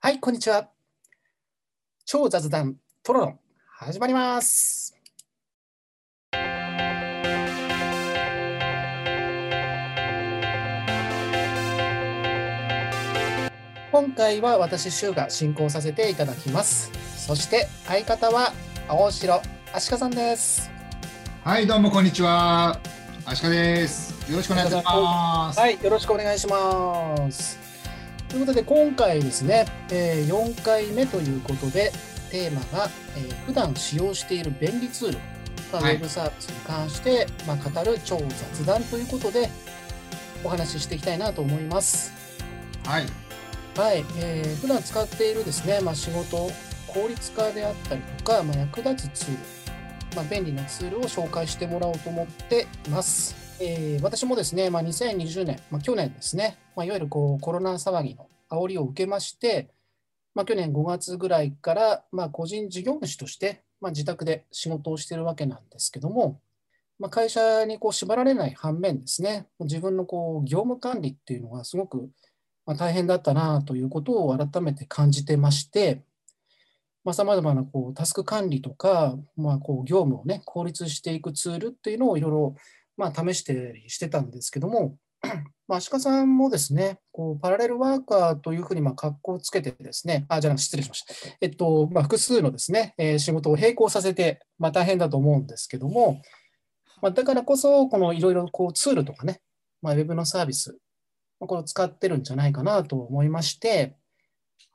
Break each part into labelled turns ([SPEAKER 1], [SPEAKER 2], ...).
[SPEAKER 1] はい、こんにちは。超雑談トロロン始まります。今回は私週が進行させていただきます。そして相方は青白足利さんです。
[SPEAKER 2] はい、どうもこんにちは。足利です。よろしくお願いします。
[SPEAKER 1] はい、よろしくお願いします。ということで今回ですね、えー、4回目ということでテーマが、えー、普段使用している便利ツール、まあ、はい、ウェブサービスに関して、まあ、語る超雑談ということでお話ししていきたいなと思います。
[SPEAKER 2] はい、
[SPEAKER 1] はいえー、普段使っているですね、まあ、仕事効率化であったりとか、まあ、役立つツール、まあ、便利なツールを紹介してもらおうと思っています。えー、私もですね、まあ、2020年、まあ、去年ですね、まあ、いわゆるこうコロナ騒ぎの煽りを受けまして、まあ、去年5月ぐらいから、まあ、個人事業主として、まあ、自宅で仕事をしているわけなんですけども、まあ、会社にこう縛られない反面ですね、自分のこう業務管理っていうのがすごくまあ大変だったなということを改めて感じてまして、さまざ、まなこうタスク管理とか、まあ、こう業務を、ね、効率していくツールっていうのをいろいろまあ、試してしてたんですけども、 まあ、足利さんもですね、こうパラレルワーカーというふうにまあ格好をつけてですね、あ、じゃあ失礼しました。えっと、まあ、複数のですね、えー、仕事を並行させて、まあ、大変だと思うんですけども、まあ、だからこそ、このいろいろこうツールとかね、まあ、ウェブのサービス、まあ、これを使ってるんじゃないかなと思いまして、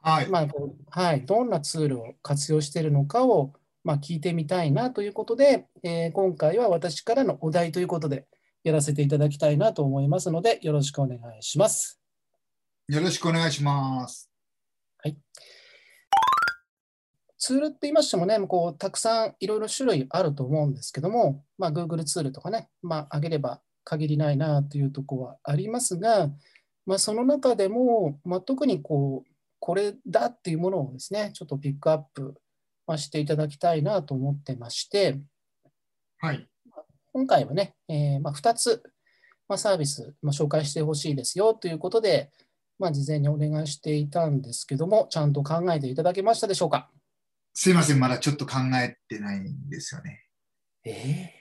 [SPEAKER 2] はい
[SPEAKER 1] まあはい、どんなツールを活用しているのかを、まあ、聞いてみたいなということで、えー、今回は私からのお題ということで、やらせていただきたいなと思いますので、よろしくお願いします。
[SPEAKER 2] よろしくお願いします。
[SPEAKER 1] はい、ツールって言いましてもね、こうたくさんいろいろ種類あると思うんですけども、まあ、Google ツールとかね、まあ、上げれば限りないなというところはありますが、まあ、その中でも、まあ、特にこう、これだっていうものをですね、ちょっとピックアップましていただきたいなと思ってまして、
[SPEAKER 2] はい、
[SPEAKER 1] 今回はね、えー、まあ、2つ、まあ、サービス、まあ、紹介してほしいですよということで、ま事前にお願いしていたんですけども、ちゃんと考えていただけましたでしょうか。
[SPEAKER 2] すいません、まだちょっと考えてないんですよね。
[SPEAKER 1] え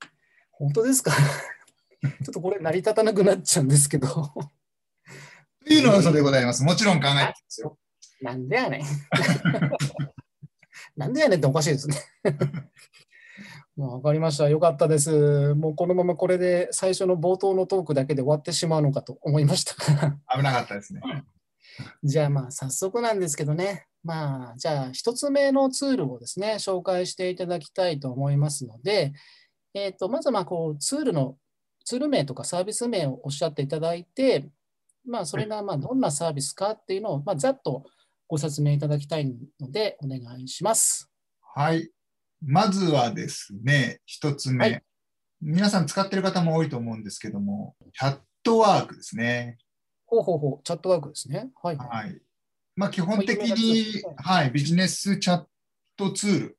[SPEAKER 1] ー、本当ですか ちょっとこれ成り立たなくなっちゃうんですけど
[SPEAKER 2] というのは嘘でございます。もちろん考えてますよ。
[SPEAKER 1] なんでやねん。 なんでやねんっておかしいですね まあ。わかりました。よかったです。もうこのままこれで最初の冒頭のトークだけで終わってしまうのかと思いました。
[SPEAKER 2] 危なかったですね。
[SPEAKER 1] じゃあまあ早速なんですけどね。まあじゃあ1つ目のツールをですね、紹介していただきたいと思いますので、えー、とまずまあこうツールのツール名とかサービス名をおっしゃっていただいて、まあそれがまあどんなサービスかっていうのをまあざっとご説明いただきたいので、お願いします。
[SPEAKER 2] はい。まずはですね、1つ目、はい、皆さん使ってる方も多いと思うんですけども、チャットワークですね。
[SPEAKER 1] ほうほうほう、チャットワークですね。はい、
[SPEAKER 2] はい。まあ、基本的に、はい、ビジネスチャットツール。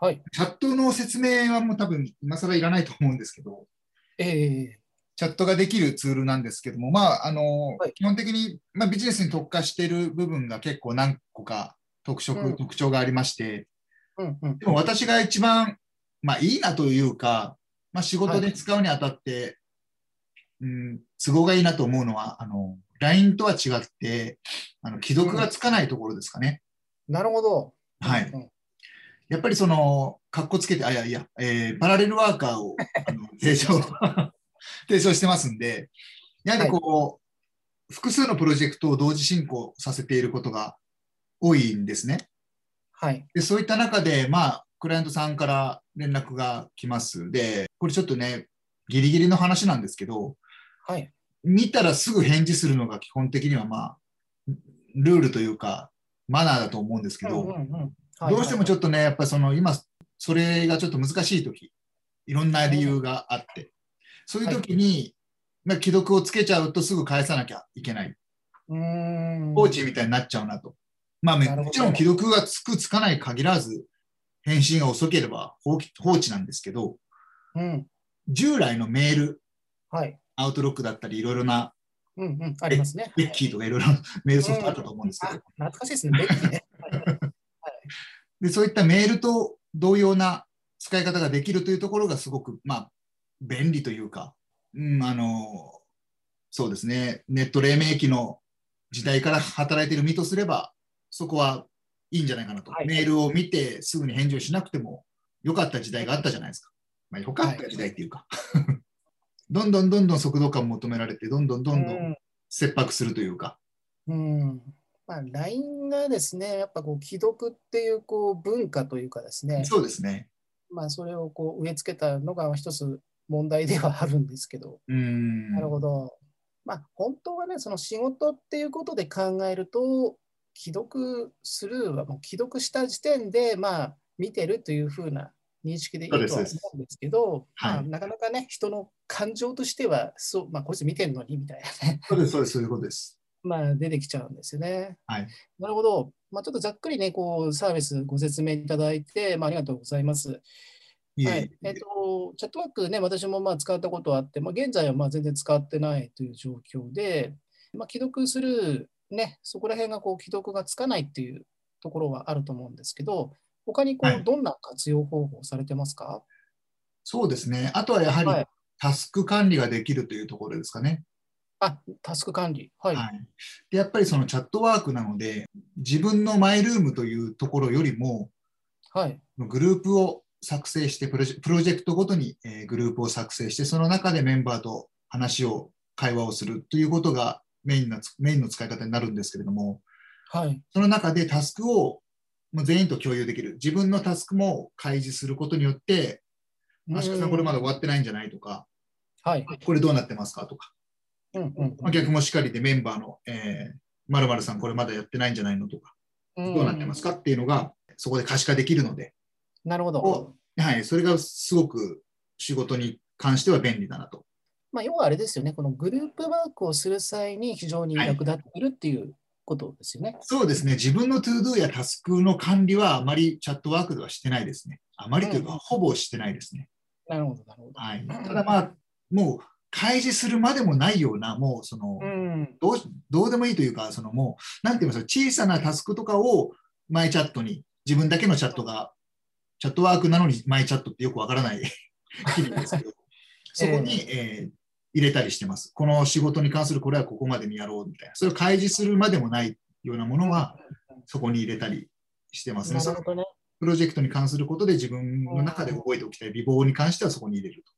[SPEAKER 1] はい、
[SPEAKER 2] チャットの説明はもう多分今更いらないと思うんですけど、
[SPEAKER 1] えー、
[SPEAKER 2] チャットができるツールなんですけども、まああの、はい、基本的に、まあ、ビジネスに特化している部分が結構何個か特色、うん、特徴がありまして、
[SPEAKER 1] うんうん、
[SPEAKER 2] でも私が一番、まあ、いいなというか、まあ、仕事で使うにあたって、はい、うん、都合がいいなと思うのはあの LINE とは違ってあの既読がつかないところですかね。
[SPEAKER 1] うん、なるほど、
[SPEAKER 2] はい、うん、やっぱりその、かっこつけて、あ、いやいや、えー、パラレルワーカーを、あ の、提唱、提唱してますんで、やはりこう、はい、複数のプロジェクトを同時進行させていることが多いんですね。
[SPEAKER 1] はい、
[SPEAKER 2] でそういった中で、まあ、クライアントさんから連絡が来ます。で、これちょっとね、ギリギリの話なんですけど、
[SPEAKER 1] はい、
[SPEAKER 2] 見たらすぐ返事するのが基本的には、まあ、ルールというか、マナーだと思うんですけど、どうしてもちょっとね、やっぱりその今、それがちょっと難しい時いろんな理由があって、そういう時に、はい、ま既読をつけちゃうとすぐ返さなきゃいけない。放置みたいになっちゃうなと。まあ、ね、もちろん既読がつくつかない限らず、返信が遅ければ放置なんですけど、
[SPEAKER 1] うん、
[SPEAKER 2] 従来のメール、
[SPEAKER 1] はい、
[SPEAKER 2] アウトロックだったり、いろいろな
[SPEAKER 1] うんうん、ありますね。
[SPEAKER 2] ベッキーとかいろいろメールソフトあったと思うんですけど、
[SPEAKER 1] 懐かしいですね、ベッキーね。はい
[SPEAKER 2] でそういったメールと同様な使い方ができるというところがすごく、まあ、便利というか、うん、あのそうですねネット黎明期の時代から働いている身とすればそこはいいんじゃないかなと、
[SPEAKER 1] はい
[SPEAKER 2] メールを見てすぐに返事をしなくても良かった時代があったじゃないですか、まあ、良かった時代っていうか、 どんどんどんどん速度感求められてどん どんどんどん切迫するというか、
[SPEAKER 1] うんまあ、LINE がですね、やっぱこう既読っていうこう文化というかですね、
[SPEAKER 2] そうですね
[SPEAKER 1] まあ、それをこう植え付けたのが一つ問題ではあるんですけど、
[SPEAKER 2] うん
[SPEAKER 1] なるほど。まあ、本当はね、その仕事っていうことで考えると、既読スルーはもう既読した時点で、まあ、見てるというふうな認識でいいとは思うんですけど、
[SPEAKER 2] はい
[SPEAKER 1] まあ、なかなかね、人の感情としては、そうまあ、こいつ見てんのにみたいな ね、
[SPEAKER 2] そうですそうですそういうことです
[SPEAKER 1] まあ、出てきちゃうんですよね。
[SPEAKER 2] はい
[SPEAKER 1] なるほど。まあ、ちょっとざっくりね、こう、サービスご説明いただいて、まあ、ありがとうございます。
[SPEAKER 2] いえい
[SPEAKER 1] は
[SPEAKER 2] え
[SPEAKER 1] い、えっと、チャットワークね、私もまあ使ったことあって、まあ、現在はまあ全然使ってないという状況で、まあ、既読する、ね、そこら辺がこう既読がつかないっていうところはあると思うんですけど、他にこ
[SPEAKER 2] は
[SPEAKER 1] う
[SPEAKER 2] い
[SPEAKER 1] どんな活用方法をされてますか、
[SPEAKER 2] そうですね。あとはやは
[SPEAKER 1] は
[SPEAKER 2] り
[SPEAKER 1] い
[SPEAKER 2] タスク管理ができるというところですかね。
[SPEAKER 1] あタスク管理。はい。
[SPEAKER 2] はいでやっぱりそのチャットワークなので、自分のマイルームというところよりも、
[SPEAKER 1] はい。
[SPEAKER 2] グループを作成してプロジェ、プロジェクトごとに、えーグループを作成して、その中でメンバーと話を、会話をするということがメインなつメインの使い方になるんですけれども、
[SPEAKER 1] はい。
[SPEAKER 2] その中でタスクをまあ全員と共有できる。自分のタスクも開示することによって、あしかさんこれまだ終わってないんじゃないとか、
[SPEAKER 1] はい。
[SPEAKER 2] これどうなってますかとか。
[SPEAKER 1] うんうん
[SPEAKER 2] まあ、逆もしっかりでメンバーの、えー、〇〇さんこれまだやってないんじゃないのとか、
[SPEAKER 1] うん
[SPEAKER 2] どうなってますかっていうのがそこで可視化できるので、
[SPEAKER 1] なるほど
[SPEAKER 2] お。はい、それがすごく仕事に関しては便利だなと。
[SPEAKER 1] まあ、要はあれですよね、このグループワークをする際に非常に役立っているっていうことですよね。
[SPEAKER 2] そうですね、自分のトゥードゥやタスクの管理はあまりチャットワークではしてないですね。あまりという
[SPEAKER 1] うん
[SPEAKER 2] か、ほぼしてないですね。
[SPEAKER 1] なるほど、なるほど。
[SPEAKER 2] はい、
[SPEAKER 1] ん
[SPEAKER 2] ただまあ、もう開示するまでもないような、もうその、
[SPEAKER 1] うん、
[SPEAKER 2] どうしどうでもいいというか、そのもう、なんて言いますか、小さなタスクとかをマイチャットに、自分だけのチャッ トが、チャットワークなのにマイチャットってよくわからない機能ですけど、そこに、えー入れたりしてます。この仕事に関するこれはここまでにやろうみたいな、それを開示するまでもないようなものは、そこに入れたりしてますね。
[SPEAKER 1] な
[SPEAKER 2] そ
[SPEAKER 1] る
[SPEAKER 2] の
[SPEAKER 1] ほどね。
[SPEAKER 2] プロジェクトに関することで自分の中で覚えておきたい美貌に関してはそこに入れると。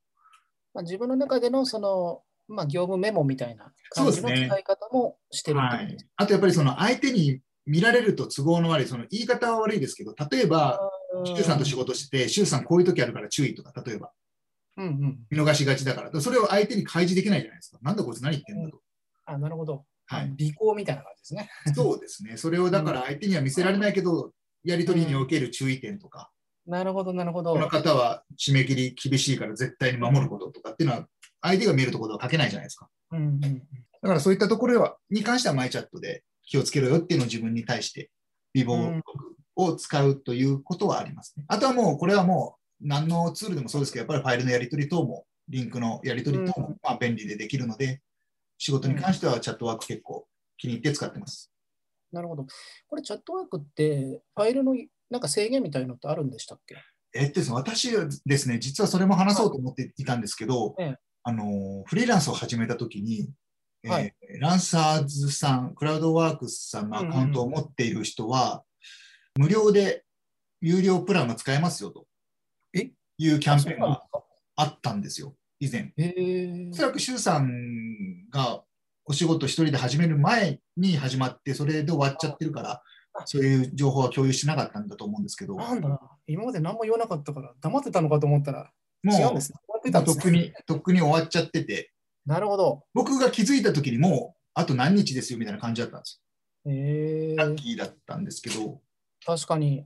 [SPEAKER 1] まあ、自分の中でのその、まあ、業務メモみたいな感じ
[SPEAKER 2] そ
[SPEAKER 1] の使
[SPEAKER 2] うですね
[SPEAKER 1] い方もしてるって
[SPEAKER 2] は
[SPEAKER 1] ことで
[SPEAKER 2] い
[SPEAKER 1] す、
[SPEAKER 2] あとやっぱりその相手に見られると都合の悪い、その言い方は悪いですけど、例えば、
[SPEAKER 1] うん
[SPEAKER 2] 周さんと仕事してて、周さんこういう時あるから注意とか、例えば、
[SPEAKER 1] うんうん。
[SPEAKER 2] 見逃しがちだから、それを相手に開示できないじゃないですか。なんだこいつ何言ってんだと。
[SPEAKER 1] あ、なるほど。
[SPEAKER 2] はい。
[SPEAKER 1] 尾行みたいな感じですね。
[SPEAKER 2] そうですね。それをだから相手には見せられないけど、やり取りにおける注意点とか、
[SPEAKER 1] なるほど、なるほど
[SPEAKER 2] こ。の方は締め切り厳しいから絶対に守ることとかっていうのは、相手が見えるところは書けないじゃないですか。
[SPEAKER 1] うんうん、
[SPEAKER 2] だからそういったところはに関してはマイチャットで気をつけろよっていうのを自分に対して、美貌を使うということはありますね。あとはもう、これはもう何のツールでもそうですけど、やっぱりファイルのやり取り等も、リンクのやり取り等
[SPEAKER 1] う
[SPEAKER 2] もまあ便利でできるので、仕事に関してはチャットワーク結構気に入って使ってます。
[SPEAKER 1] なるほど。これ、チャットワークって、ファイルのなんか制限みたいのってあるんでしたっけ
[SPEAKER 2] えっとですね、私はですね、実はそれも話そうと思っていたんですけど、
[SPEAKER 1] ええ
[SPEAKER 2] あのフリーランスを始めたときに、えー
[SPEAKER 1] はい
[SPEAKER 2] ランサーズさん、クラウドワークスさんのアカウントを持っている人は、無料で有料プランが使えますよと
[SPEAKER 1] え
[SPEAKER 2] いうキャンペー
[SPEAKER 1] そ
[SPEAKER 2] ン
[SPEAKER 1] うなんで
[SPEAKER 2] が
[SPEAKER 1] すか
[SPEAKER 2] あったんですよ、以前。
[SPEAKER 1] へ
[SPEAKER 2] お
[SPEAKER 1] ー
[SPEAKER 2] そらく周さんがお仕事一人で始める前に始まって、それで終わっちゃってるから
[SPEAKER 1] あ、
[SPEAKER 2] そういう情報は共有しなかったんだと思うんですけど、も
[SPEAKER 1] なんだな、今まで何も言わなかったから、黙ってたのかと思ったら、違うん
[SPEAKER 2] う
[SPEAKER 1] ですね。黙って
[SPEAKER 2] も
[SPEAKER 1] た
[SPEAKER 2] うん
[SPEAKER 1] で
[SPEAKER 2] と
[SPEAKER 1] す
[SPEAKER 2] っ
[SPEAKER 1] ね
[SPEAKER 2] くに、とっくに終わっちゃってて、
[SPEAKER 1] なるほど。
[SPEAKER 2] 僕が気づいた時にもう、あと何日ですよみたいな感じだったんです
[SPEAKER 1] え
[SPEAKER 2] よ。ラッ
[SPEAKER 1] ー、
[SPEAKER 2] キーだったんですけど、
[SPEAKER 1] 確かに。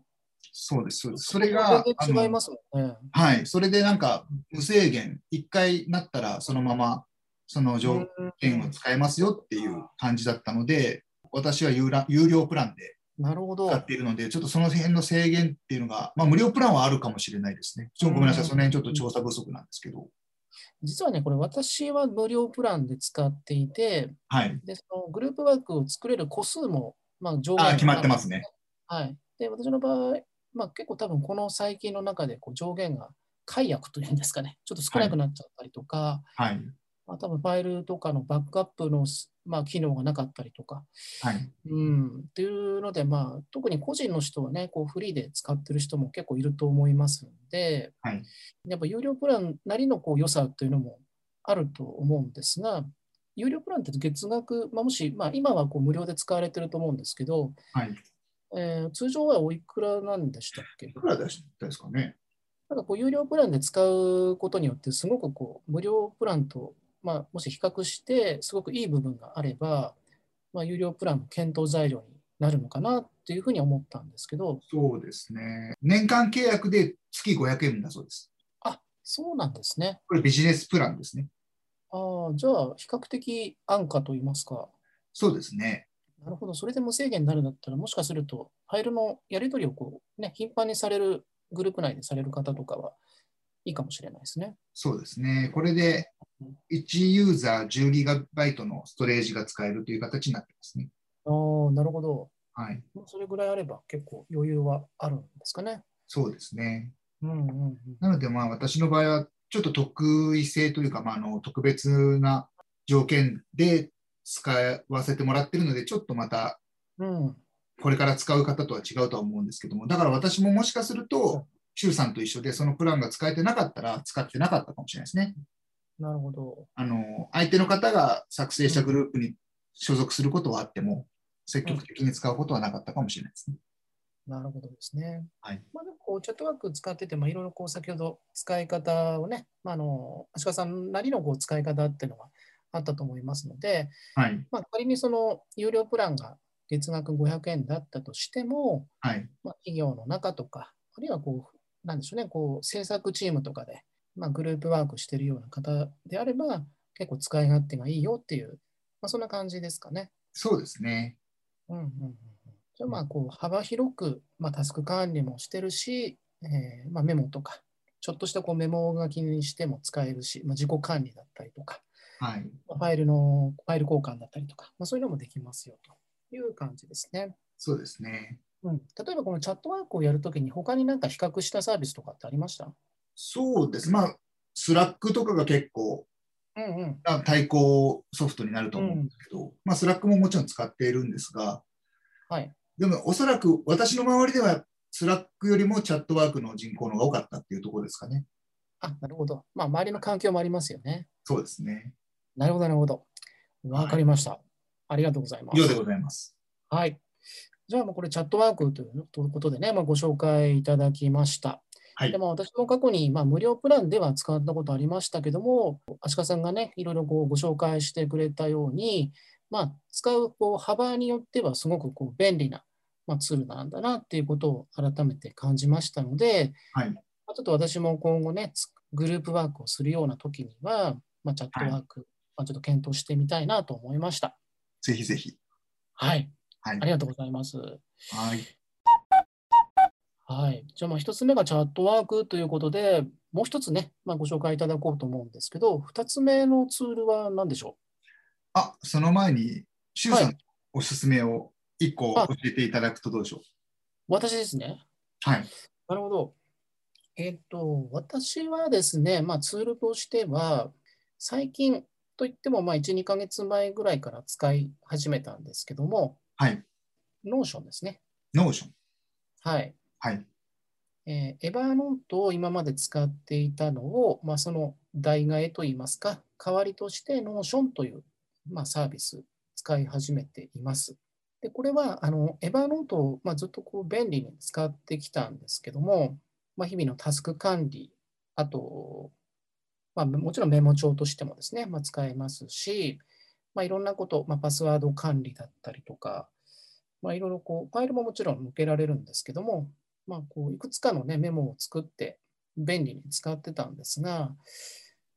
[SPEAKER 2] そうです、そうです。それが、。
[SPEAKER 1] 全然違いますすもんね。
[SPEAKER 2] はい、それでなんか、無制限、一回なったら、そのまま、その条件を使えますよっていう感じだったので、私は有ら有料プランで
[SPEAKER 1] なるほど。
[SPEAKER 2] 使っているので、ちょっとその辺の制限っていうのが、まあ、無料プランはあるかもしれないですね。ちょっとごめんなさい、
[SPEAKER 1] うん
[SPEAKER 2] その辺ちょっと調査不足なんですけど。
[SPEAKER 1] 実はね、これ私は無料プランで使っていて、
[SPEAKER 2] はい。
[SPEAKER 1] でそのグループワークを作れる個数も、まあ、上限
[SPEAKER 2] あ
[SPEAKER 1] が
[SPEAKER 2] ー決まってますね。
[SPEAKER 1] はい。で、私の場合、まあ、結構多分この最近の中でこう上限が解約というんですかね、ちょっと少なくなっちゃったりとか、
[SPEAKER 2] はい。
[SPEAKER 1] まあ、多分ファイルとかのバックアップのす、まあ、機能がなかったりとか、
[SPEAKER 2] はい。
[SPEAKER 1] うん、っていうので、まあ、特に個人の人はね、こうフリーで使ってる人も結構いると思いますので、
[SPEAKER 2] はい
[SPEAKER 1] やっぱ有料プランなりのこう良さというのもあると思うんですが、有料プランって月額、まあ、もし、まあ、今はこう無料で使われてると思うんですけど、
[SPEAKER 2] はい。い
[SPEAKER 1] えー通常はおいくらなんでしたっけ
[SPEAKER 2] くらでしたですかね。
[SPEAKER 1] なんかこう有料プランで使うことによって、すごくこう無料プランと、まあ、もし比較して、すごくいい部分があれば、まあ、有料プランの検討材料になるのかなっていうふうに思ったんですけど、
[SPEAKER 2] そうですね。年間契約で月500円だそうです。
[SPEAKER 1] あそうなんですね。
[SPEAKER 2] これビジネスプランですね。
[SPEAKER 1] ああ、じゃあ、比較的安価といいますか、
[SPEAKER 2] そうですね。
[SPEAKER 1] なるほど、それで無制限になるんだったら、もしかすると、ファイルのやり取りをこう、ね、頻繁にされる、グループ内でされる方とかはいいかもしれないですね。
[SPEAKER 2] そうですね。これで1ユーザー 10GB のストレージが使えるという形になってますね。
[SPEAKER 1] ああ、なるほど。
[SPEAKER 2] はい。
[SPEAKER 1] それぐらいあれば結構余裕はあるんですかね。
[SPEAKER 2] そうですね。
[SPEAKER 1] うんうんうん、
[SPEAKER 2] なので、まあ、私の場合は、ちょっと特異性というか、まあ、あの特別な条件で使わせてもらってるので、ちょっとまた、
[SPEAKER 1] うん、
[SPEAKER 2] これから使う方とは違うとは思うんですけども、だから私ももしかすると、周さんと一緒で、そのプランが使えてなかったら、使ってなかったかもしれないですね。
[SPEAKER 1] なるほど。
[SPEAKER 2] あの相手の方が作成したグループに所属することはあっても、積極的に使うことはなかったかもしれないですね。
[SPEAKER 1] なるほどですね。
[SPEAKER 2] はい
[SPEAKER 1] まあ、でもこうチャットワーク使ってて、まあ、いろいろこう先ほど使い方をね、まあ、あの足利さんなりのこう使い方っていうのがあったと思いますので、
[SPEAKER 2] はい。
[SPEAKER 1] まあ、仮にその有料プランが月額500円だったとしても、
[SPEAKER 2] はい。
[SPEAKER 1] まあ、企業の中とか、あるいはこう、なんでしょうね、こう制作チームとかで、まあ、グループワークしてるような方であれば、結構使い勝手がいいよっていう、まあ、そんな感じですかね。
[SPEAKER 2] そうですね。
[SPEAKER 1] うんうんうんうんじゃあまあこう幅広く、まあ、タスク管理もしてるし、えーまあ、メモとか、ちょっとしたこうメモ書きにしても使えるし、まあ、自己管理だったりとか、
[SPEAKER 2] はい。
[SPEAKER 1] まあファイルのファイル交換だったりとか、まあ、そういうのもできますよという感じですね。
[SPEAKER 2] そうですね。
[SPEAKER 1] うん、例えばこのチャットワークをやるときに、他になんか比較したサービスとかってありました
[SPEAKER 2] そうです。まあ、スラックとかが結構
[SPEAKER 1] うんうん。
[SPEAKER 2] あ対抗ソフトになると思うんですけど、まあ、スラックももちろん使っているんですが、
[SPEAKER 1] はい。
[SPEAKER 2] でもおそらく私の周りでは、スラックよりもチャットワークの人口の方が多かったっていうところですかね。
[SPEAKER 1] あ、なるほど。まあ、周りの環境もありますよね。
[SPEAKER 2] そうですね。
[SPEAKER 1] なるほど、なるほど。わかりました。ありがとうございま
[SPEAKER 2] 以上
[SPEAKER 1] す
[SPEAKER 2] で。ございます。
[SPEAKER 1] はい。じゃあ、もうこれ、チャットワークというということでね、まあ、ご紹介いただきました。
[SPEAKER 2] はい
[SPEAKER 1] でまあ私も過去に、まあ、無料プランでは使ったことありましたけども、足利さんがね、いろいろこうご紹介してくれたように、まあ、使うこう幅によってはすごくこう便利な、まあ、ツールなんだなっていうことを改めて感じましたので、
[SPEAKER 2] はい。
[SPEAKER 1] まあちょっと私も今後ね、つグループワークをするような時には、まあ、チャットワーク、まあ、ちょっと検討してみたいなと思いました。
[SPEAKER 2] ぜひぜひ。
[SPEAKER 1] はい。
[SPEAKER 2] はい
[SPEAKER 1] ありがとうございます。
[SPEAKER 2] はい。
[SPEAKER 1] はい。じゃあ、まあ、一つ目がチャットワークということで、もう一つね、まあ、ご紹介いただこうと思うんですけど、二つ目のツールは何でしょ
[SPEAKER 2] あ、その前に、周さ
[SPEAKER 1] は
[SPEAKER 2] んおすすめを1個
[SPEAKER 1] あ
[SPEAKER 2] 教えていただくとどうでしょう。
[SPEAKER 1] う私ですね。
[SPEAKER 2] はい。
[SPEAKER 1] なるほど。えっと、私はですね、まあ、ツールとしては、最近といっても、まあ、1、2ヶ月前ぐらいから使い始めたんですけども、
[SPEAKER 2] はい。
[SPEAKER 1] ノーションですね。
[SPEAKER 2] ノーション。
[SPEAKER 1] はい。
[SPEAKER 2] はい。
[SPEAKER 1] えー、エバーノートを今まで使っていたのを、まあ、その代替えといいますか、代わりとしてノーションという、まあ、サービス使い始めています。でこれはあのエバーノートを、まあ、ずっとこう便利に使ってきたんですけども、まあ、日々のタスク管理、あと、まあ、もちろんメモ帳としてもですね、まあ、使えますし、まあ、いろんなこと、まあ、パスワード管理だったりとか、まあ、いろいろこうファイルももちろん向けられるんですけども、まあ、こういくつかの、ね、メモを作って便利に使ってたんですが、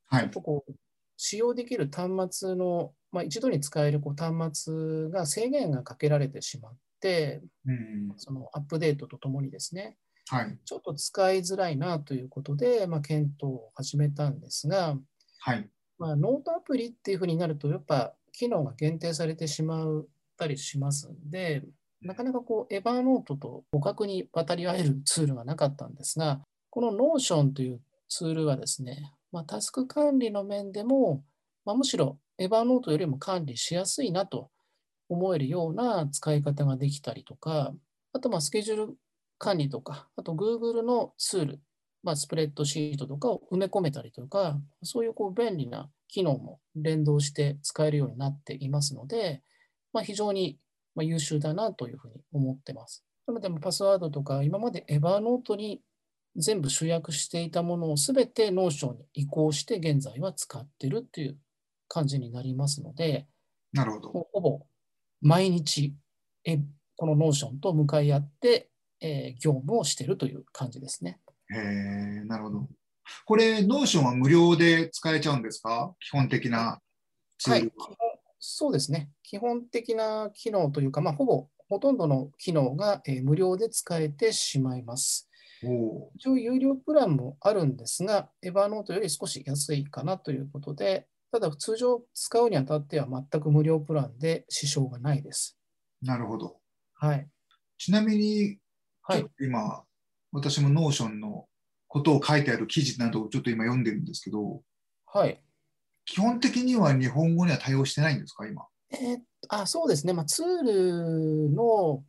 [SPEAKER 2] は
[SPEAKER 1] ちょっ
[SPEAKER 2] い。
[SPEAKER 1] とこう使用できる端末の、まあ、一度に使えるこう端末が制限がかけられてしまって、
[SPEAKER 2] うん。
[SPEAKER 1] そのアップデートとともにですね、
[SPEAKER 2] はい。
[SPEAKER 1] ちょっと使いづらいなということで、まあ、検討を始めたんですが、
[SPEAKER 2] はい。
[SPEAKER 1] まあ、ノートアプリっていうふうになると、やっぱ機能が限定されてしまったりしますんで、なかなかこう、エヴァーノートと互角に渡り合えるツールがなかったんですが、このノーションというツールはですね、まあ、タスク管理の面でも、まあ、むしろエヴァーノートよりも管理しやすいなと思えるような使い方ができたりとか、あとまあスケジュール管理とか、あと Google のツール、まあ、スプレッドシートとかを埋め込めたりとか、そういうこう便利な機能も連動して使えるようになっていますので、まあ、非常にまあ優秀だなというふうに思ってます。なので、パスワードとか、今まで Evernote に全部集約していたものをすべて Notion に移行して、現在は使ってるっていう感じになりますので、
[SPEAKER 2] なるほ
[SPEAKER 1] も
[SPEAKER 2] ど。
[SPEAKER 1] うほぼ毎日、えこの Notion と向かい合って、えー業務をしているという感じですね。
[SPEAKER 2] へえ、なるほど。これ、ノーションは無料で使えちゃうんですか基本的なツ
[SPEAKER 1] はい、
[SPEAKER 2] ー
[SPEAKER 1] 基
[SPEAKER 2] ル
[SPEAKER 1] 本そうですね。基本的な機能というか、まあ、ほぼほとんどの機能が、えー無料で使えてしまいます。
[SPEAKER 2] は。おお
[SPEAKER 1] 一応、有料プランもあるんですが、エバーノートより少し安いかなということで、ただ、通常使うにあたっては全く無料プランで支障がないです。
[SPEAKER 2] なるほど。
[SPEAKER 1] はい。
[SPEAKER 2] ちなみに、
[SPEAKER 1] は
[SPEAKER 2] ち
[SPEAKER 1] い
[SPEAKER 2] ょっ。と今、私もノーションのことを書いてある記事などをちょっと今読んでるんですけど、
[SPEAKER 1] はい。
[SPEAKER 2] 基本的には日本語には対応してないんですか今。
[SPEAKER 1] えーっとあそうですね、まあ、ツールの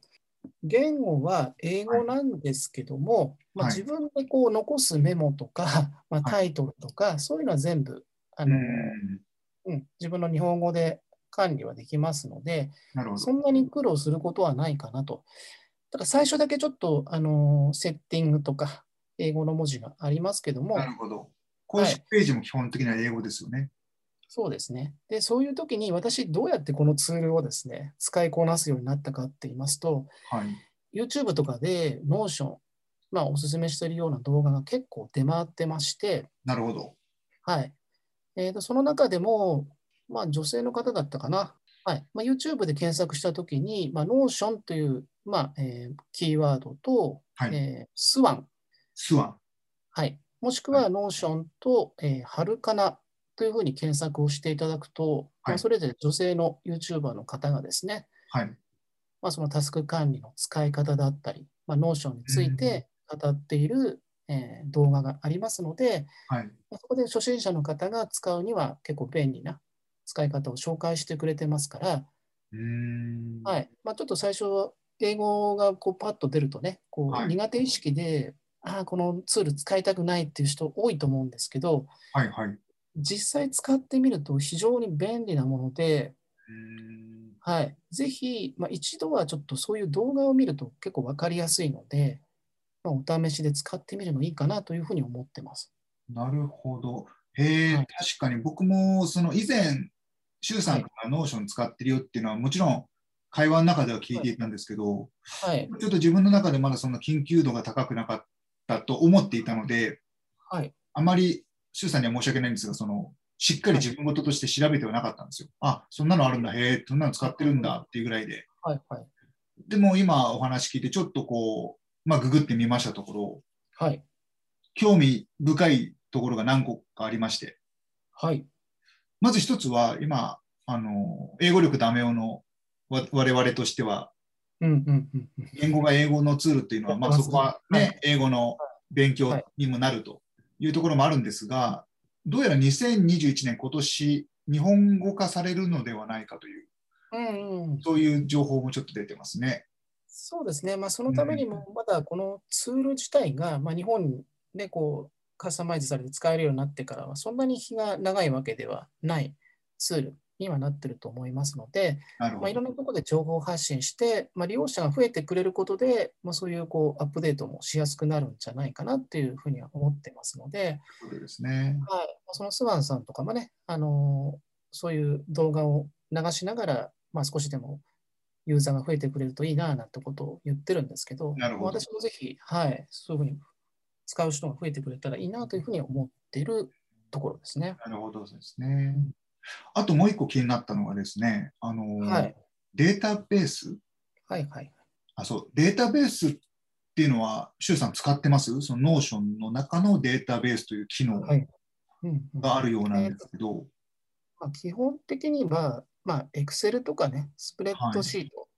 [SPEAKER 1] 言語は英語なんですけども、まあ、
[SPEAKER 2] はい
[SPEAKER 1] 自分でこう残すメモとか、 まあ、タイトルとか、そういうのは全部あの、
[SPEAKER 2] うん
[SPEAKER 1] うん自分の日本語で管理はできますので、
[SPEAKER 2] なるほど。
[SPEAKER 1] そんなに苦労することはないかなと。ただ最初だけちょっとあのセッティングとか、英語の文字がありますけども
[SPEAKER 2] な、るほど。公式ページも基本的には英語ですよね。
[SPEAKER 1] そうですね。で、そういう時に私、どうやってこのツールをですね、使いこなすようになったかって言いますと、
[SPEAKER 2] はい。
[SPEAKER 1] YouTube とかで Notion、まあ、おすすめしてるような動画が結構出回ってまして、
[SPEAKER 2] なるほど。
[SPEAKER 1] はい。えーと、その中でも、まあ、女性の方だったかな。はい。まあ、YouTube で検索したときに、まあ、Notion という、まあ、えーキーワードと、
[SPEAKER 2] はい
[SPEAKER 1] えースワン。
[SPEAKER 2] スワン。
[SPEAKER 1] はい。もしくは
[SPEAKER 2] は
[SPEAKER 1] Notion と、えー、ハルカナというふうに検索をしていただくと、ま
[SPEAKER 2] は
[SPEAKER 1] あ、
[SPEAKER 2] い
[SPEAKER 1] それぞれ女性の YouTuber の方がですね、
[SPEAKER 2] はい。
[SPEAKER 1] まあ、そのタスク管理の使い方だったり、まあ、ノーションについて語っている、えー動画がありますので、
[SPEAKER 2] はい。
[SPEAKER 1] まあそこで初心者の方が使うには結構便利な使い方を紹介してくれてますから、
[SPEAKER 2] うーん。
[SPEAKER 1] はいまあ、ちょっと最初は英語がこうパッと出るとね、こ
[SPEAKER 2] は
[SPEAKER 1] う
[SPEAKER 2] い
[SPEAKER 1] 苦手意識で、ああ、このツール使いたくないっていう人多いと思うんですけど、
[SPEAKER 2] はい。はい。う
[SPEAKER 1] 実際使ってみると非常に便利なもので、
[SPEAKER 2] ーん。
[SPEAKER 1] はい、ぜひ、まあ、一度はちょっとそういう動画を見ると結構わかりやすいので、まあ、お試しで使ってみるのいいかなというふうに思ってます。
[SPEAKER 2] なるほど。へえ、
[SPEAKER 1] はい
[SPEAKER 2] 確かに僕もその以前、周さんからノーション使ってるよっていうのはもちろん会話の中では聞いていたんですけど、
[SPEAKER 1] はい、
[SPEAKER 2] ちょっと自分の中でまだその緊急度が高くなかったと思っていたので、
[SPEAKER 1] はい、
[SPEAKER 2] あまり周さんには申し訳ないんですが、そのしっかり自分事として調べてはなかったんですよ。あ、そんなのあるんだ、へえ、そんなの使ってるんだっていうぐらいで。
[SPEAKER 1] はい、はい。
[SPEAKER 2] でも今お話聞いて、ちょっとこう、まあ、ググってみましたところ、
[SPEAKER 1] はい、
[SPEAKER 2] 興味深いところが何個かありまして、
[SPEAKER 1] はい、
[SPEAKER 2] まず一つは、今、あの英語力ダメ男のわ我々としては、
[SPEAKER 1] うん、うん、うんうん。
[SPEAKER 2] 言語が英語のツールっていうのは、まあ、そこは、ね
[SPEAKER 1] は
[SPEAKER 2] 英語の勉強にもなるというところもあるんですが、どうやら2021年、今年日本語化されるのではないかという、
[SPEAKER 1] うん、うん。
[SPEAKER 2] そういう情報もちょっと出てますね。
[SPEAKER 1] そうですね、まあ、そのためにも、まだこのツール自体が、まあ、日本でこうカスタマイズされて使えるようになってからは、そんなに日が長いわけではないツールにはなってると思いますので、
[SPEAKER 2] なる
[SPEAKER 1] まあ、
[SPEAKER 2] ほ
[SPEAKER 1] いろ
[SPEAKER 2] ど。
[SPEAKER 1] んなところで情報発信して、まあ、利用者が増えてくれることで、まあ、そういうこうアップデートもしやすくなるんじゃないかなっていうふうには思ってますので、
[SPEAKER 2] ということですね。
[SPEAKER 1] はい、そのスワンさんとかもね、あのーそういう動画を流しながら、まあ、少しでもユーザーが増えてくれるといいななんてことを言ってるんですけど、
[SPEAKER 2] なるほど
[SPEAKER 1] 私もぜひ、はい、そういうふうに使う人が増えてくれたらいいなというふうに思ってるところですね。
[SPEAKER 2] なるほどですね。あともう一個気になったのがですね、あの
[SPEAKER 1] はい、
[SPEAKER 2] データベース
[SPEAKER 1] はい、はい。
[SPEAKER 2] あ、そう、データベースっていうのは、周さん使ってますそのノーションの中のデータベースという機能。
[SPEAKER 1] はいうんうん
[SPEAKER 2] があるようなんですけど、
[SPEAKER 1] まあ、基本的には、まあ、Excel とかね、スプレッドシート、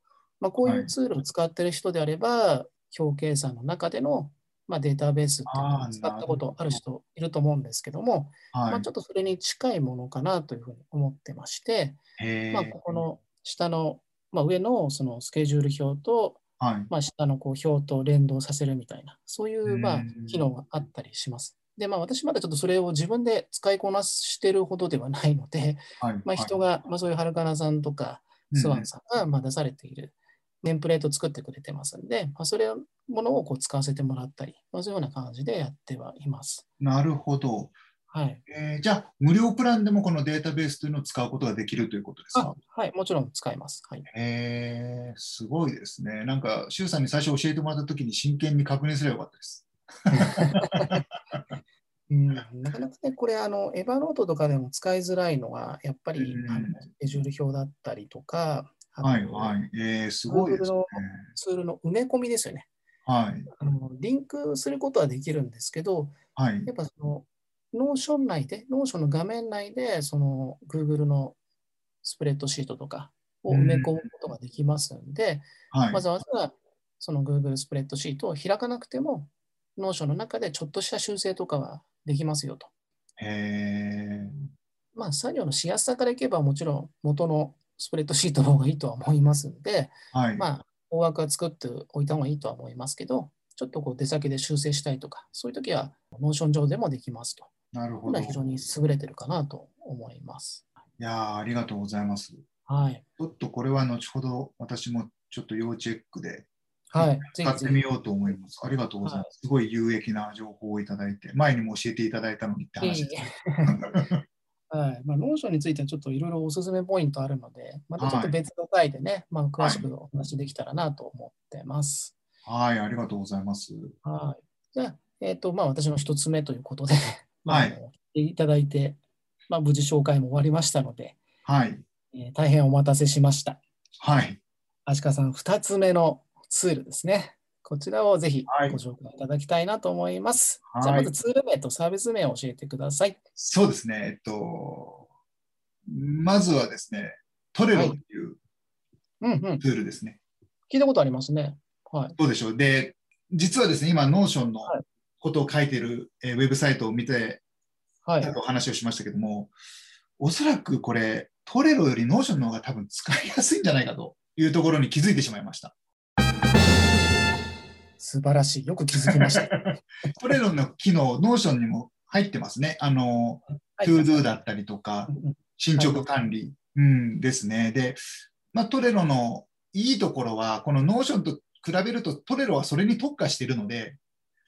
[SPEAKER 1] まあ、こういうツールを使ってる人であれば、表計算の中での、まあ、データベースっていうのを
[SPEAKER 2] あー
[SPEAKER 1] 使ったことある人いると思うんですけども、ま
[SPEAKER 2] は
[SPEAKER 1] あ、
[SPEAKER 2] い
[SPEAKER 1] ちょっとそれに近いものかなというふうに思ってまして、
[SPEAKER 2] へー
[SPEAKER 1] まあ、ここの下の、まあ、上のそのスケジュール表と、
[SPEAKER 2] はい
[SPEAKER 1] まあ、下のこう表と連動させるみたいな、そういうまあ
[SPEAKER 2] うん
[SPEAKER 1] 機能があったりします。で、まあ、私まだちょっとそれを自分で使いこなしてるほどではないので、
[SPEAKER 2] はい
[SPEAKER 1] まあ、人が、まあ、そういうはるかなさんとか、スワンさんがまあ出されているテンプレートを作ってくれてますんで、まあ、それものをこう使わせてもらったり、まあ、そういうような感じでやってはいます。
[SPEAKER 2] うんなるほど、
[SPEAKER 1] はい。
[SPEAKER 2] えーじゃあ、無料プランでもこのデータベースというのを使うことができるということです
[SPEAKER 1] あ
[SPEAKER 2] か
[SPEAKER 1] はい、もちろん使います。はい。
[SPEAKER 2] へーすごいですね。なんか、周さんに最初教えてもらったときに真剣に確認すればよかったです。
[SPEAKER 1] うん、なかなかね、これ、あの、エヴァノートとかでも使いづらいのが、やっぱり
[SPEAKER 2] うん、
[SPEAKER 1] あのスケジュール表だったりとか、あの
[SPEAKER 2] はい、はい。えーすごいですね。
[SPEAKER 1] ツールの埋め込みですよね
[SPEAKER 2] はい、
[SPEAKER 1] あの。リンクすることはできるんですけど、
[SPEAKER 2] はい。
[SPEAKER 1] やっぱその、ノーション内で、ノーションの画面内で、その、Google のスプレッドシートとかを埋め込むことができますんで、
[SPEAKER 2] はい。
[SPEAKER 1] わざわざその Google スプレッドシートを開かなくても、ノーションの中でちょっとした修正とかはできますよと。
[SPEAKER 2] へ
[SPEAKER 1] まあ、作業のしやすさからいけば、もちろん元のスプレッドシートの方がいいとは思いますんで、
[SPEAKER 2] ーはい。
[SPEAKER 1] まあ、大枠は作っておいた方がいいとは思いますけど、ちょっとこう出先で修正したいとか、そういう時は、ノーション上でもできますと。
[SPEAKER 2] なるほ
[SPEAKER 1] 今
[SPEAKER 2] ど。い
[SPEAKER 1] 非常に優れてるかなと思います。
[SPEAKER 2] やーありがとうございます。ち
[SPEAKER 1] はい。
[SPEAKER 2] ょっとこれは後ほど私もちょっと要チェックで
[SPEAKER 1] はい。ぜ
[SPEAKER 2] 使っ
[SPEAKER 1] ひ
[SPEAKER 2] て
[SPEAKER 1] ぜひ。
[SPEAKER 2] みようと思います。ありがとうございます。すごい有益な情報をいただいて、前にも教えていただいたのにって話です。
[SPEAKER 1] はいまあ、ノーションについてはちょっといろいろおすすめポイントあるので、またちょっ
[SPEAKER 2] は
[SPEAKER 1] と
[SPEAKER 2] い
[SPEAKER 1] 別の回でね、まあ、詳しくお話できたらなと思ってます。
[SPEAKER 2] はい、ありがとうございます。
[SPEAKER 1] はい。じゃあ、えっ、と、まあ、私の一つ目ということで、 まあ、
[SPEAKER 2] は
[SPEAKER 1] あ
[SPEAKER 2] い
[SPEAKER 1] のいただいて、まあ、無事紹介も終わりましたので、
[SPEAKER 2] はい、
[SPEAKER 1] えー大変お待たせしました。
[SPEAKER 2] はい、
[SPEAKER 1] アシカさん、2つ目のツールですね。こちらをぜひ
[SPEAKER 2] はい
[SPEAKER 1] ご紹介いただきたいなと思います。
[SPEAKER 2] はい
[SPEAKER 1] じゃあ、まずツール名とサービス名を教えてください。
[SPEAKER 2] そうですね。えっと、まずはですね、トレロっていう
[SPEAKER 1] うんうん。
[SPEAKER 2] ツールですね。
[SPEAKER 1] 聞いたことありますね。はい。
[SPEAKER 2] どうでしょう。で、実はですね、今、ノーションの
[SPEAKER 1] は
[SPEAKER 2] ことを書いている、えーウェブサイトを見て、
[SPEAKER 1] は
[SPEAKER 2] ちょっ
[SPEAKER 1] い。
[SPEAKER 2] とお話をしましたけども、おそらくこれ、トレロよりノーションの方が多分使いやすいんじゃないかというところに気づいてしまい ました。
[SPEAKER 1] 素晴らしい。よく気づき ました。
[SPEAKER 2] トレロの機能、ノーションにも入ってますね。あの、
[SPEAKER 1] はい
[SPEAKER 2] トゥードゥだったりとか
[SPEAKER 1] う、んうん
[SPEAKER 2] 進捗管理、うん、ですね。で、まあ、トレロのいいところは、このノーションと比べるとトレロはそれに特化しているので、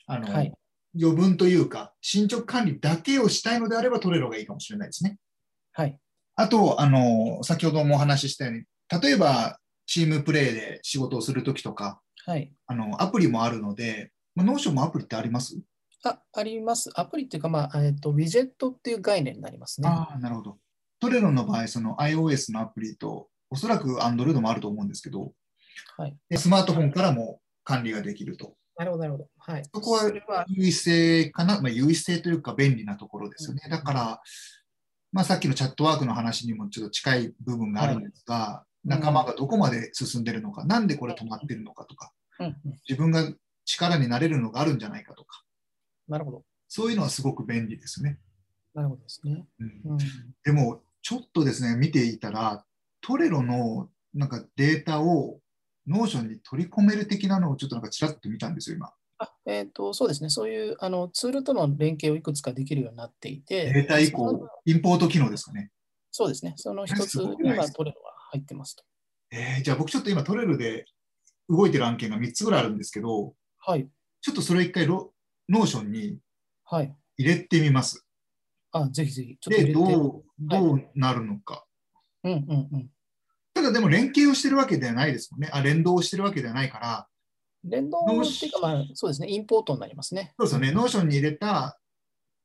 [SPEAKER 2] あの、
[SPEAKER 1] はい。
[SPEAKER 2] 余分というか、進捗管理だけをしたいのであればトレロがいいかもしれないですね。
[SPEAKER 1] はい。
[SPEAKER 2] あと、あの、先ほどもお話ししたように、例えばチームプレイで仕事をするときとか、
[SPEAKER 1] はい。
[SPEAKER 2] あの、アプリもあるので、まあノーションもアプリってあります、
[SPEAKER 1] あ、あります。アプリっていうか、まあ、えっ、と、ウィジェットっていう概念になりますね。
[SPEAKER 2] ああ、なるほど。トレロの場合、その iOS のアプリと、おそらく Android もあると思うんですけど、
[SPEAKER 1] はい。
[SPEAKER 2] でスマートフォンからも管理ができると。
[SPEAKER 1] なるほど、なるほど。はい。
[SPEAKER 2] そこは
[SPEAKER 1] それは、
[SPEAKER 2] 優位性かな、まあ、優位性というか便利なところですよね
[SPEAKER 1] う。ん
[SPEAKER 2] だから、まあ、さっきのチャットワークの話にもちょっと近い部分があるんですが、
[SPEAKER 1] い
[SPEAKER 2] 仲間がどこまで進んでるのか、なんでこれ止まってるのかとか、
[SPEAKER 1] うんうん。
[SPEAKER 2] 自分が力になれるのがあるんじゃないかとか、
[SPEAKER 1] なるほど。
[SPEAKER 2] そういうのはすごく便利ですね。
[SPEAKER 1] なるほどですね。
[SPEAKER 2] うん
[SPEAKER 1] うん。
[SPEAKER 2] でも、ちょっとですね、見ていたら、トレロのなんかデータをノーションに取り込める的なのをちょっとなんかちらっと見たんですよ、今。
[SPEAKER 1] あえー、とそうですね、そういうあのツールとの連携をいくつかできるようになっていて、
[SPEAKER 2] データ以
[SPEAKER 1] そ
[SPEAKER 2] 降
[SPEAKER 1] の、
[SPEAKER 2] インポート機能ですかね。
[SPEAKER 1] そうですね、その一つ
[SPEAKER 2] すごく
[SPEAKER 1] に
[SPEAKER 2] ないで
[SPEAKER 1] は
[SPEAKER 2] すか
[SPEAKER 1] トレロが入ってますと。
[SPEAKER 2] えーじゃあ僕ちょっと今トレルで動いてる案件が3つぐらいあるんですけど、
[SPEAKER 1] はい、
[SPEAKER 2] ちょっとそれ一回ロノーションに
[SPEAKER 1] はい。
[SPEAKER 2] 入れてみます。
[SPEAKER 1] あ、ぜひぜひ、ちょっと入れて。
[SPEAKER 2] で、ど
[SPEAKER 1] うん
[SPEAKER 2] う、どうなるのか。
[SPEAKER 1] うんうん。
[SPEAKER 2] ただでも連携をしてるわけではないですもんね。あ、連動をしてるわけではないから、
[SPEAKER 1] 連動
[SPEAKER 2] どう
[SPEAKER 1] って
[SPEAKER 2] し
[SPEAKER 1] いうか、まあ、そうですね、インポートになりますね。
[SPEAKER 2] そうですよね。ノーションに入れた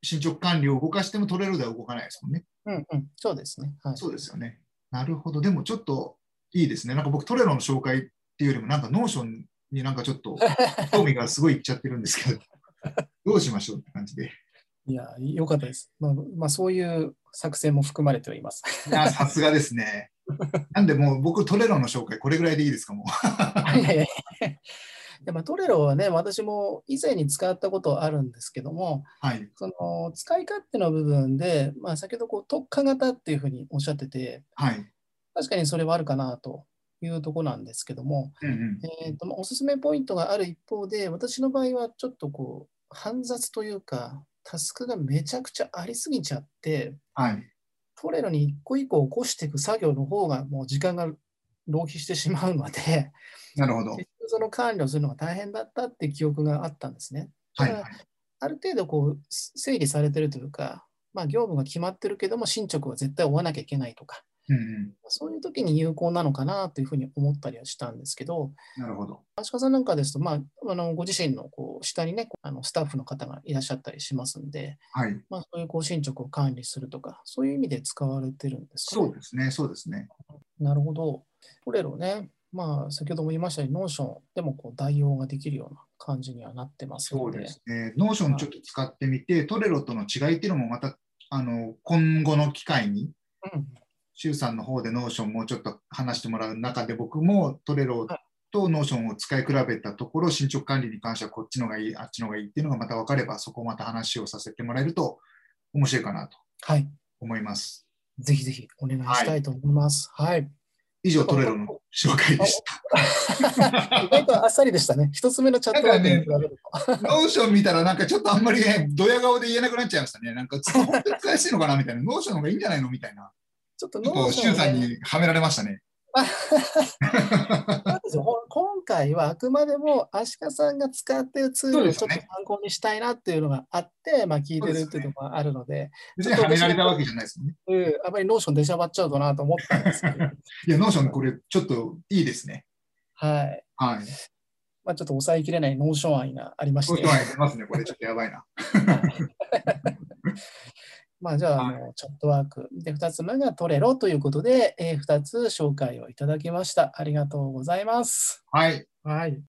[SPEAKER 2] 進捗管理を動かしてもトレルでは動かないですもんね。
[SPEAKER 1] うんうん、そうですね。はい、
[SPEAKER 2] そうですよね。なるほど。でもちょっといいですね。なんか僕トレロの紹介っていうよりも、なんかノーションになんかちょっと興味がすごいいっちゃってるんですけど、どうしましょうって感じで。
[SPEAKER 1] いや、よかったです。まあ、まあ、そういう作戦も含まれており ます。
[SPEAKER 2] いや、さすがですね。なんでもう僕、トレロの紹介、これぐらいでいいですか、も
[SPEAKER 1] いやいやいやいやまあ、トレロはね、私も以前に使ったことあるんですけども、
[SPEAKER 2] う。はい。
[SPEAKER 1] その使い勝手の部分で、まあ、先ほどこう特化型っていうふうにおっしゃってて、
[SPEAKER 2] はい。
[SPEAKER 1] 確かにそれはあるかなというとこなんですけども、
[SPEAKER 2] うんうん。
[SPEAKER 1] えーとまあおすすめポイントがある一方で、私の場合はちょっとこう、煩雑というか、タスクがめちゃくちゃありすぎちゃって、
[SPEAKER 2] はい。
[SPEAKER 1] トレロに一個一個起こしていく作業の方がもう時間が浪費してしまうので、
[SPEAKER 2] なるほど。
[SPEAKER 1] 結局その管理をするのが大変だったって記憶があったんですね。
[SPEAKER 2] はい。
[SPEAKER 1] た
[SPEAKER 2] はい
[SPEAKER 1] だある程度こうす整理されてるというか、まあ、業務が決まってるけども進捗は絶対追わなきゃいけないとか、
[SPEAKER 2] うんうん。
[SPEAKER 1] そういう時に有効なのかなというふうに思ったりはしたんですけど、
[SPEAKER 2] なるほど。
[SPEAKER 1] 足利さんなんかですと、まあ、あのご自身のこう下にね、あのスタッフの方がいらっしゃったりしますんで、
[SPEAKER 2] はい。
[SPEAKER 1] まあ、そういうこう進捗を管理するとか、そういう意味で使われてるんですかね
[SPEAKER 2] そうですね。そうですね。
[SPEAKER 1] なるほど。トレロね、まあ、先ほども言いましたように、ノーションでもこう代用ができるような感じにはなってます
[SPEAKER 2] そ
[SPEAKER 1] の
[SPEAKER 2] う
[SPEAKER 1] で。
[SPEAKER 2] ですね。ノーションちょっと使ってみて、トレロとの違いっていうのもまた、あの、今後の機会に、
[SPEAKER 1] うん
[SPEAKER 2] 周さんの方でノーションもうちょっと話してもらう中で、僕もトレロとノーションを使い比べたところ、進捗管理に関してはこっちのがいい、あっちのがいいっていうのがまた分かれば、そこをまた話をさせてもらえると面白いかなと
[SPEAKER 1] はい。
[SPEAKER 2] 思います。
[SPEAKER 1] ぜひぜひお願いしたいと思います。 はい。
[SPEAKER 2] 以上、トレロの紹介でした。
[SPEAKER 1] 意外とあっさりでしたね。一つ目のチャットワークに比べると。
[SPEAKER 2] ノーション見たらなんかちょっとあんまりね、ドヤ顔で言えなくなっちゃいましたね。なんか、本当に使いやすいのかなみたいな、ノーションの方がいいんじゃないのみたいな。
[SPEAKER 1] ちょっと
[SPEAKER 2] ちょ
[SPEAKER 1] ノ
[SPEAKER 2] っと
[SPEAKER 1] ーショ
[SPEAKER 2] 周さん
[SPEAKER 1] ン、ね、
[SPEAKER 2] にはめられましたね。
[SPEAKER 1] そうですよほん今回はあくまでもアシカさんが使っているツールをち
[SPEAKER 2] そ
[SPEAKER 1] ょ
[SPEAKER 2] う
[SPEAKER 1] っ
[SPEAKER 2] で
[SPEAKER 1] と
[SPEAKER 2] すよ
[SPEAKER 1] 参考にしたいなっていうのがあって、まあ聞いてるっていうのがあるので、
[SPEAKER 2] 別にはめられたわけじゃないですもんね。
[SPEAKER 1] うんあまりノーション出しゃばっちゃうかなと思ったんですけど、
[SPEAKER 2] いや、ノーションこれちょっといいですね。
[SPEAKER 1] はい。
[SPEAKER 2] はい。
[SPEAKER 1] まあ、ちょっと抑えきれないノーション愛がありまし
[SPEAKER 2] ノー
[SPEAKER 1] て
[SPEAKER 2] ション、は出ますね、これちょっとやばいな。
[SPEAKER 1] まあ、じゃあ、あのチャットワークで2つ目がトレロということで、えー、2つ紹介をいただきました。ありがとうございます。
[SPEAKER 2] はい。
[SPEAKER 1] はい。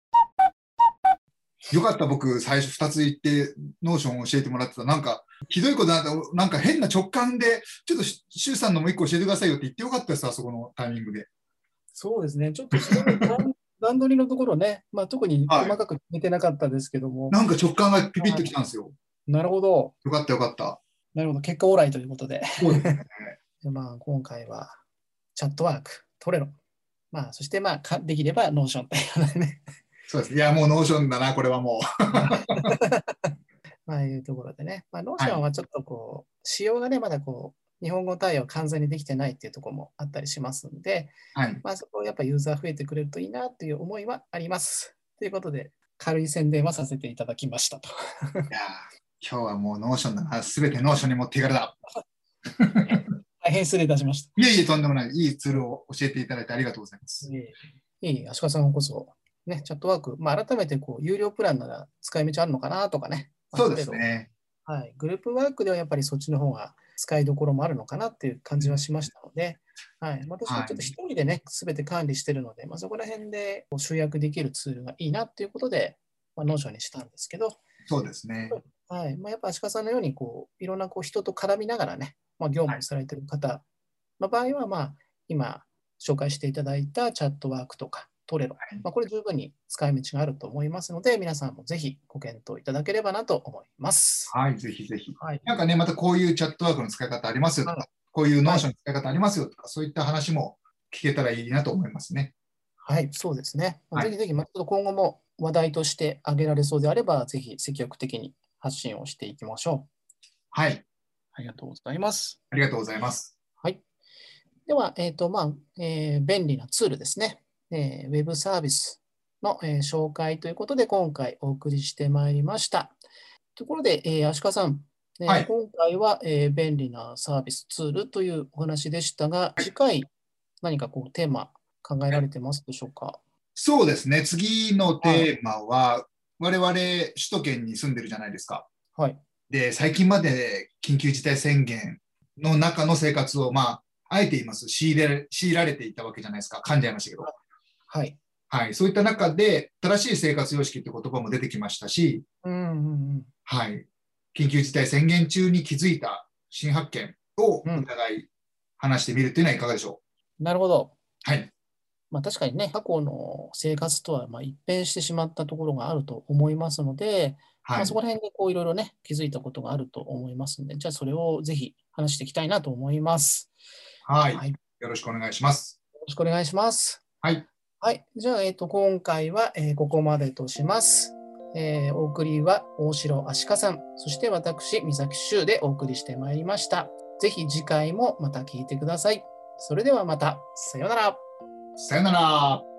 [SPEAKER 2] よかった、僕、最初2つ言って、ノーションを教えてもらってた。なんか、ひどいことなんだ、なんか変な直感で、ちょっとし、周さんのもう1個教えてくださいよって言ってよかったです、あそこのタイミングで。
[SPEAKER 1] そうですね。ちょっとその段段取りのところね、まあ、特に
[SPEAKER 2] はい
[SPEAKER 1] 細かく決めてなかったですけども、
[SPEAKER 2] なんか直感がピピッときたんですよ。
[SPEAKER 1] なるほど。
[SPEAKER 2] よかった、よかった。
[SPEAKER 1] なるほど。結果オーライということで。
[SPEAKER 2] そうですね。
[SPEAKER 1] でまあ、今回はチャットワーク、トレロ。まあ、そして、まあか、できればノーション というようなね、
[SPEAKER 2] そうです。いや、もうノーションだな、これはも
[SPEAKER 1] まあいうところでね、まあ、ノーションはちょっとこう、仕様がね、まだこう、日本語対応完全にできてないっていうところもあったりしますんで、
[SPEAKER 2] う。はい。
[SPEAKER 1] まあ、そこをやっぱユーザー増えてくれるといいなという思いはあります。ということで、軽い宣伝はさせていただきましたと。
[SPEAKER 2] いやー今日はもうノーションだな、すべてノーションに持っていかれた。
[SPEAKER 1] 大変失礼いたしまし
[SPEAKER 2] いえいえ、とんでもない。いいツールを教えていただいてありがとうございます。
[SPEAKER 1] た。いえいえ、足利さんこそ、ね、チャットワーク、まあ、改めてこう有料プランなら使い道あるのかなとかね。
[SPEAKER 2] そうです
[SPEAKER 1] ある
[SPEAKER 2] ね。
[SPEAKER 1] 程度。はい。グループワークではやっぱりそっちの方が使いどころもあるのかなっていう感じはしましたので、はい。私はちょっと一人でね、すべて管理してるので、まあ、そこら辺でこう集約できるツールがいいなっていうことで、まあ、ノーションにしたんですけど、
[SPEAKER 2] そうですね。
[SPEAKER 1] はいまあ、やっぱ足利さんのようにこういろんなこう人と絡みながらね、まあ、業務をされている方の場合は、まあ、今紹介していただいたチャットワークとかトレロ、
[SPEAKER 2] はい
[SPEAKER 1] まあ、これ十分に使い道があると思いますので皆さんもぜひご検討いただければなと思います。
[SPEAKER 2] はい、ぜひぜひ。
[SPEAKER 1] はい、
[SPEAKER 2] なんかね、またこういうチャットワークの使い方ありますよと
[SPEAKER 1] は
[SPEAKER 2] か、こういうノーションの使い方ありますよとか、そういった話も聞けたらいいなと思いますね。
[SPEAKER 1] はい、そうですね。まあ
[SPEAKER 2] はい
[SPEAKER 1] ぜひぜひ、まあちょっと今後も話題として挙げられそうであれば、ぜひ積極的に発信をしていきましょう。
[SPEAKER 2] はい、
[SPEAKER 1] ありがとうございます。
[SPEAKER 2] ありがとうございます。
[SPEAKER 1] では、えーとまあえー便利なツールですね、えーウェブサービスの、えー紹介ということで、今回お送りしてまいりました。ところで、えー、足利さん、えー
[SPEAKER 2] はい
[SPEAKER 1] 今回は、えー便利なサービス、ツールというお話でした が、次回、何かこうテーマ考えられてますでしょうか。
[SPEAKER 2] そうですね、次のテーマは、我々首都圏に住んでるじゃないですか。
[SPEAKER 1] はい。
[SPEAKER 2] で、最近まで緊急事態宣言の中の生活を、まあ、あえて言います、強いれ強いられていたわけじゃないですか、噛んじゃいましたけど。
[SPEAKER 1] はい。
[SPEAKER 2] はい、そういった中で、正しい生活様式って言葉も出てきましたし、
[SPEAKER 1] うんうんうん。
[SPEAKER 2] はい。緊急事態宣言中に気づいた新発見をお互い話してみるというのはいかがでしょ
[SPEAKER 1] なるほど。
[SPEAKER 2] う。はい。
[SPEAKER 1] まあ、確かにね、過去の生活とはまあ一変してしまったところがあると思いますので、ま
[SPEAKER 2] は
[SPEAKER 1] あ
[SPEAKER 2] い
[SPEAKER 1] そ。こら辺にこういろいろね、気づいたことがあると思いますので、じゃあそれをぜひ話していきたいなと思います。
[SPEAKER 2] は。
[SPEAKER 1] はいい
[SPEAKER 2] よろしくお願いします。
[SPEAKER 1] よろしくお願いします。
[SPEAKER 2] はい。
[SPEAKER 1] はい。じゃあ、えっ、と、今回は、えーここまでとします。えーお送りは大城あしかさん、そして私、三崎修でお送りしてまいりました。ぜひ次回もまた聞いてください。それではまた、さようなら。
[SPEAKER 2] さよなら。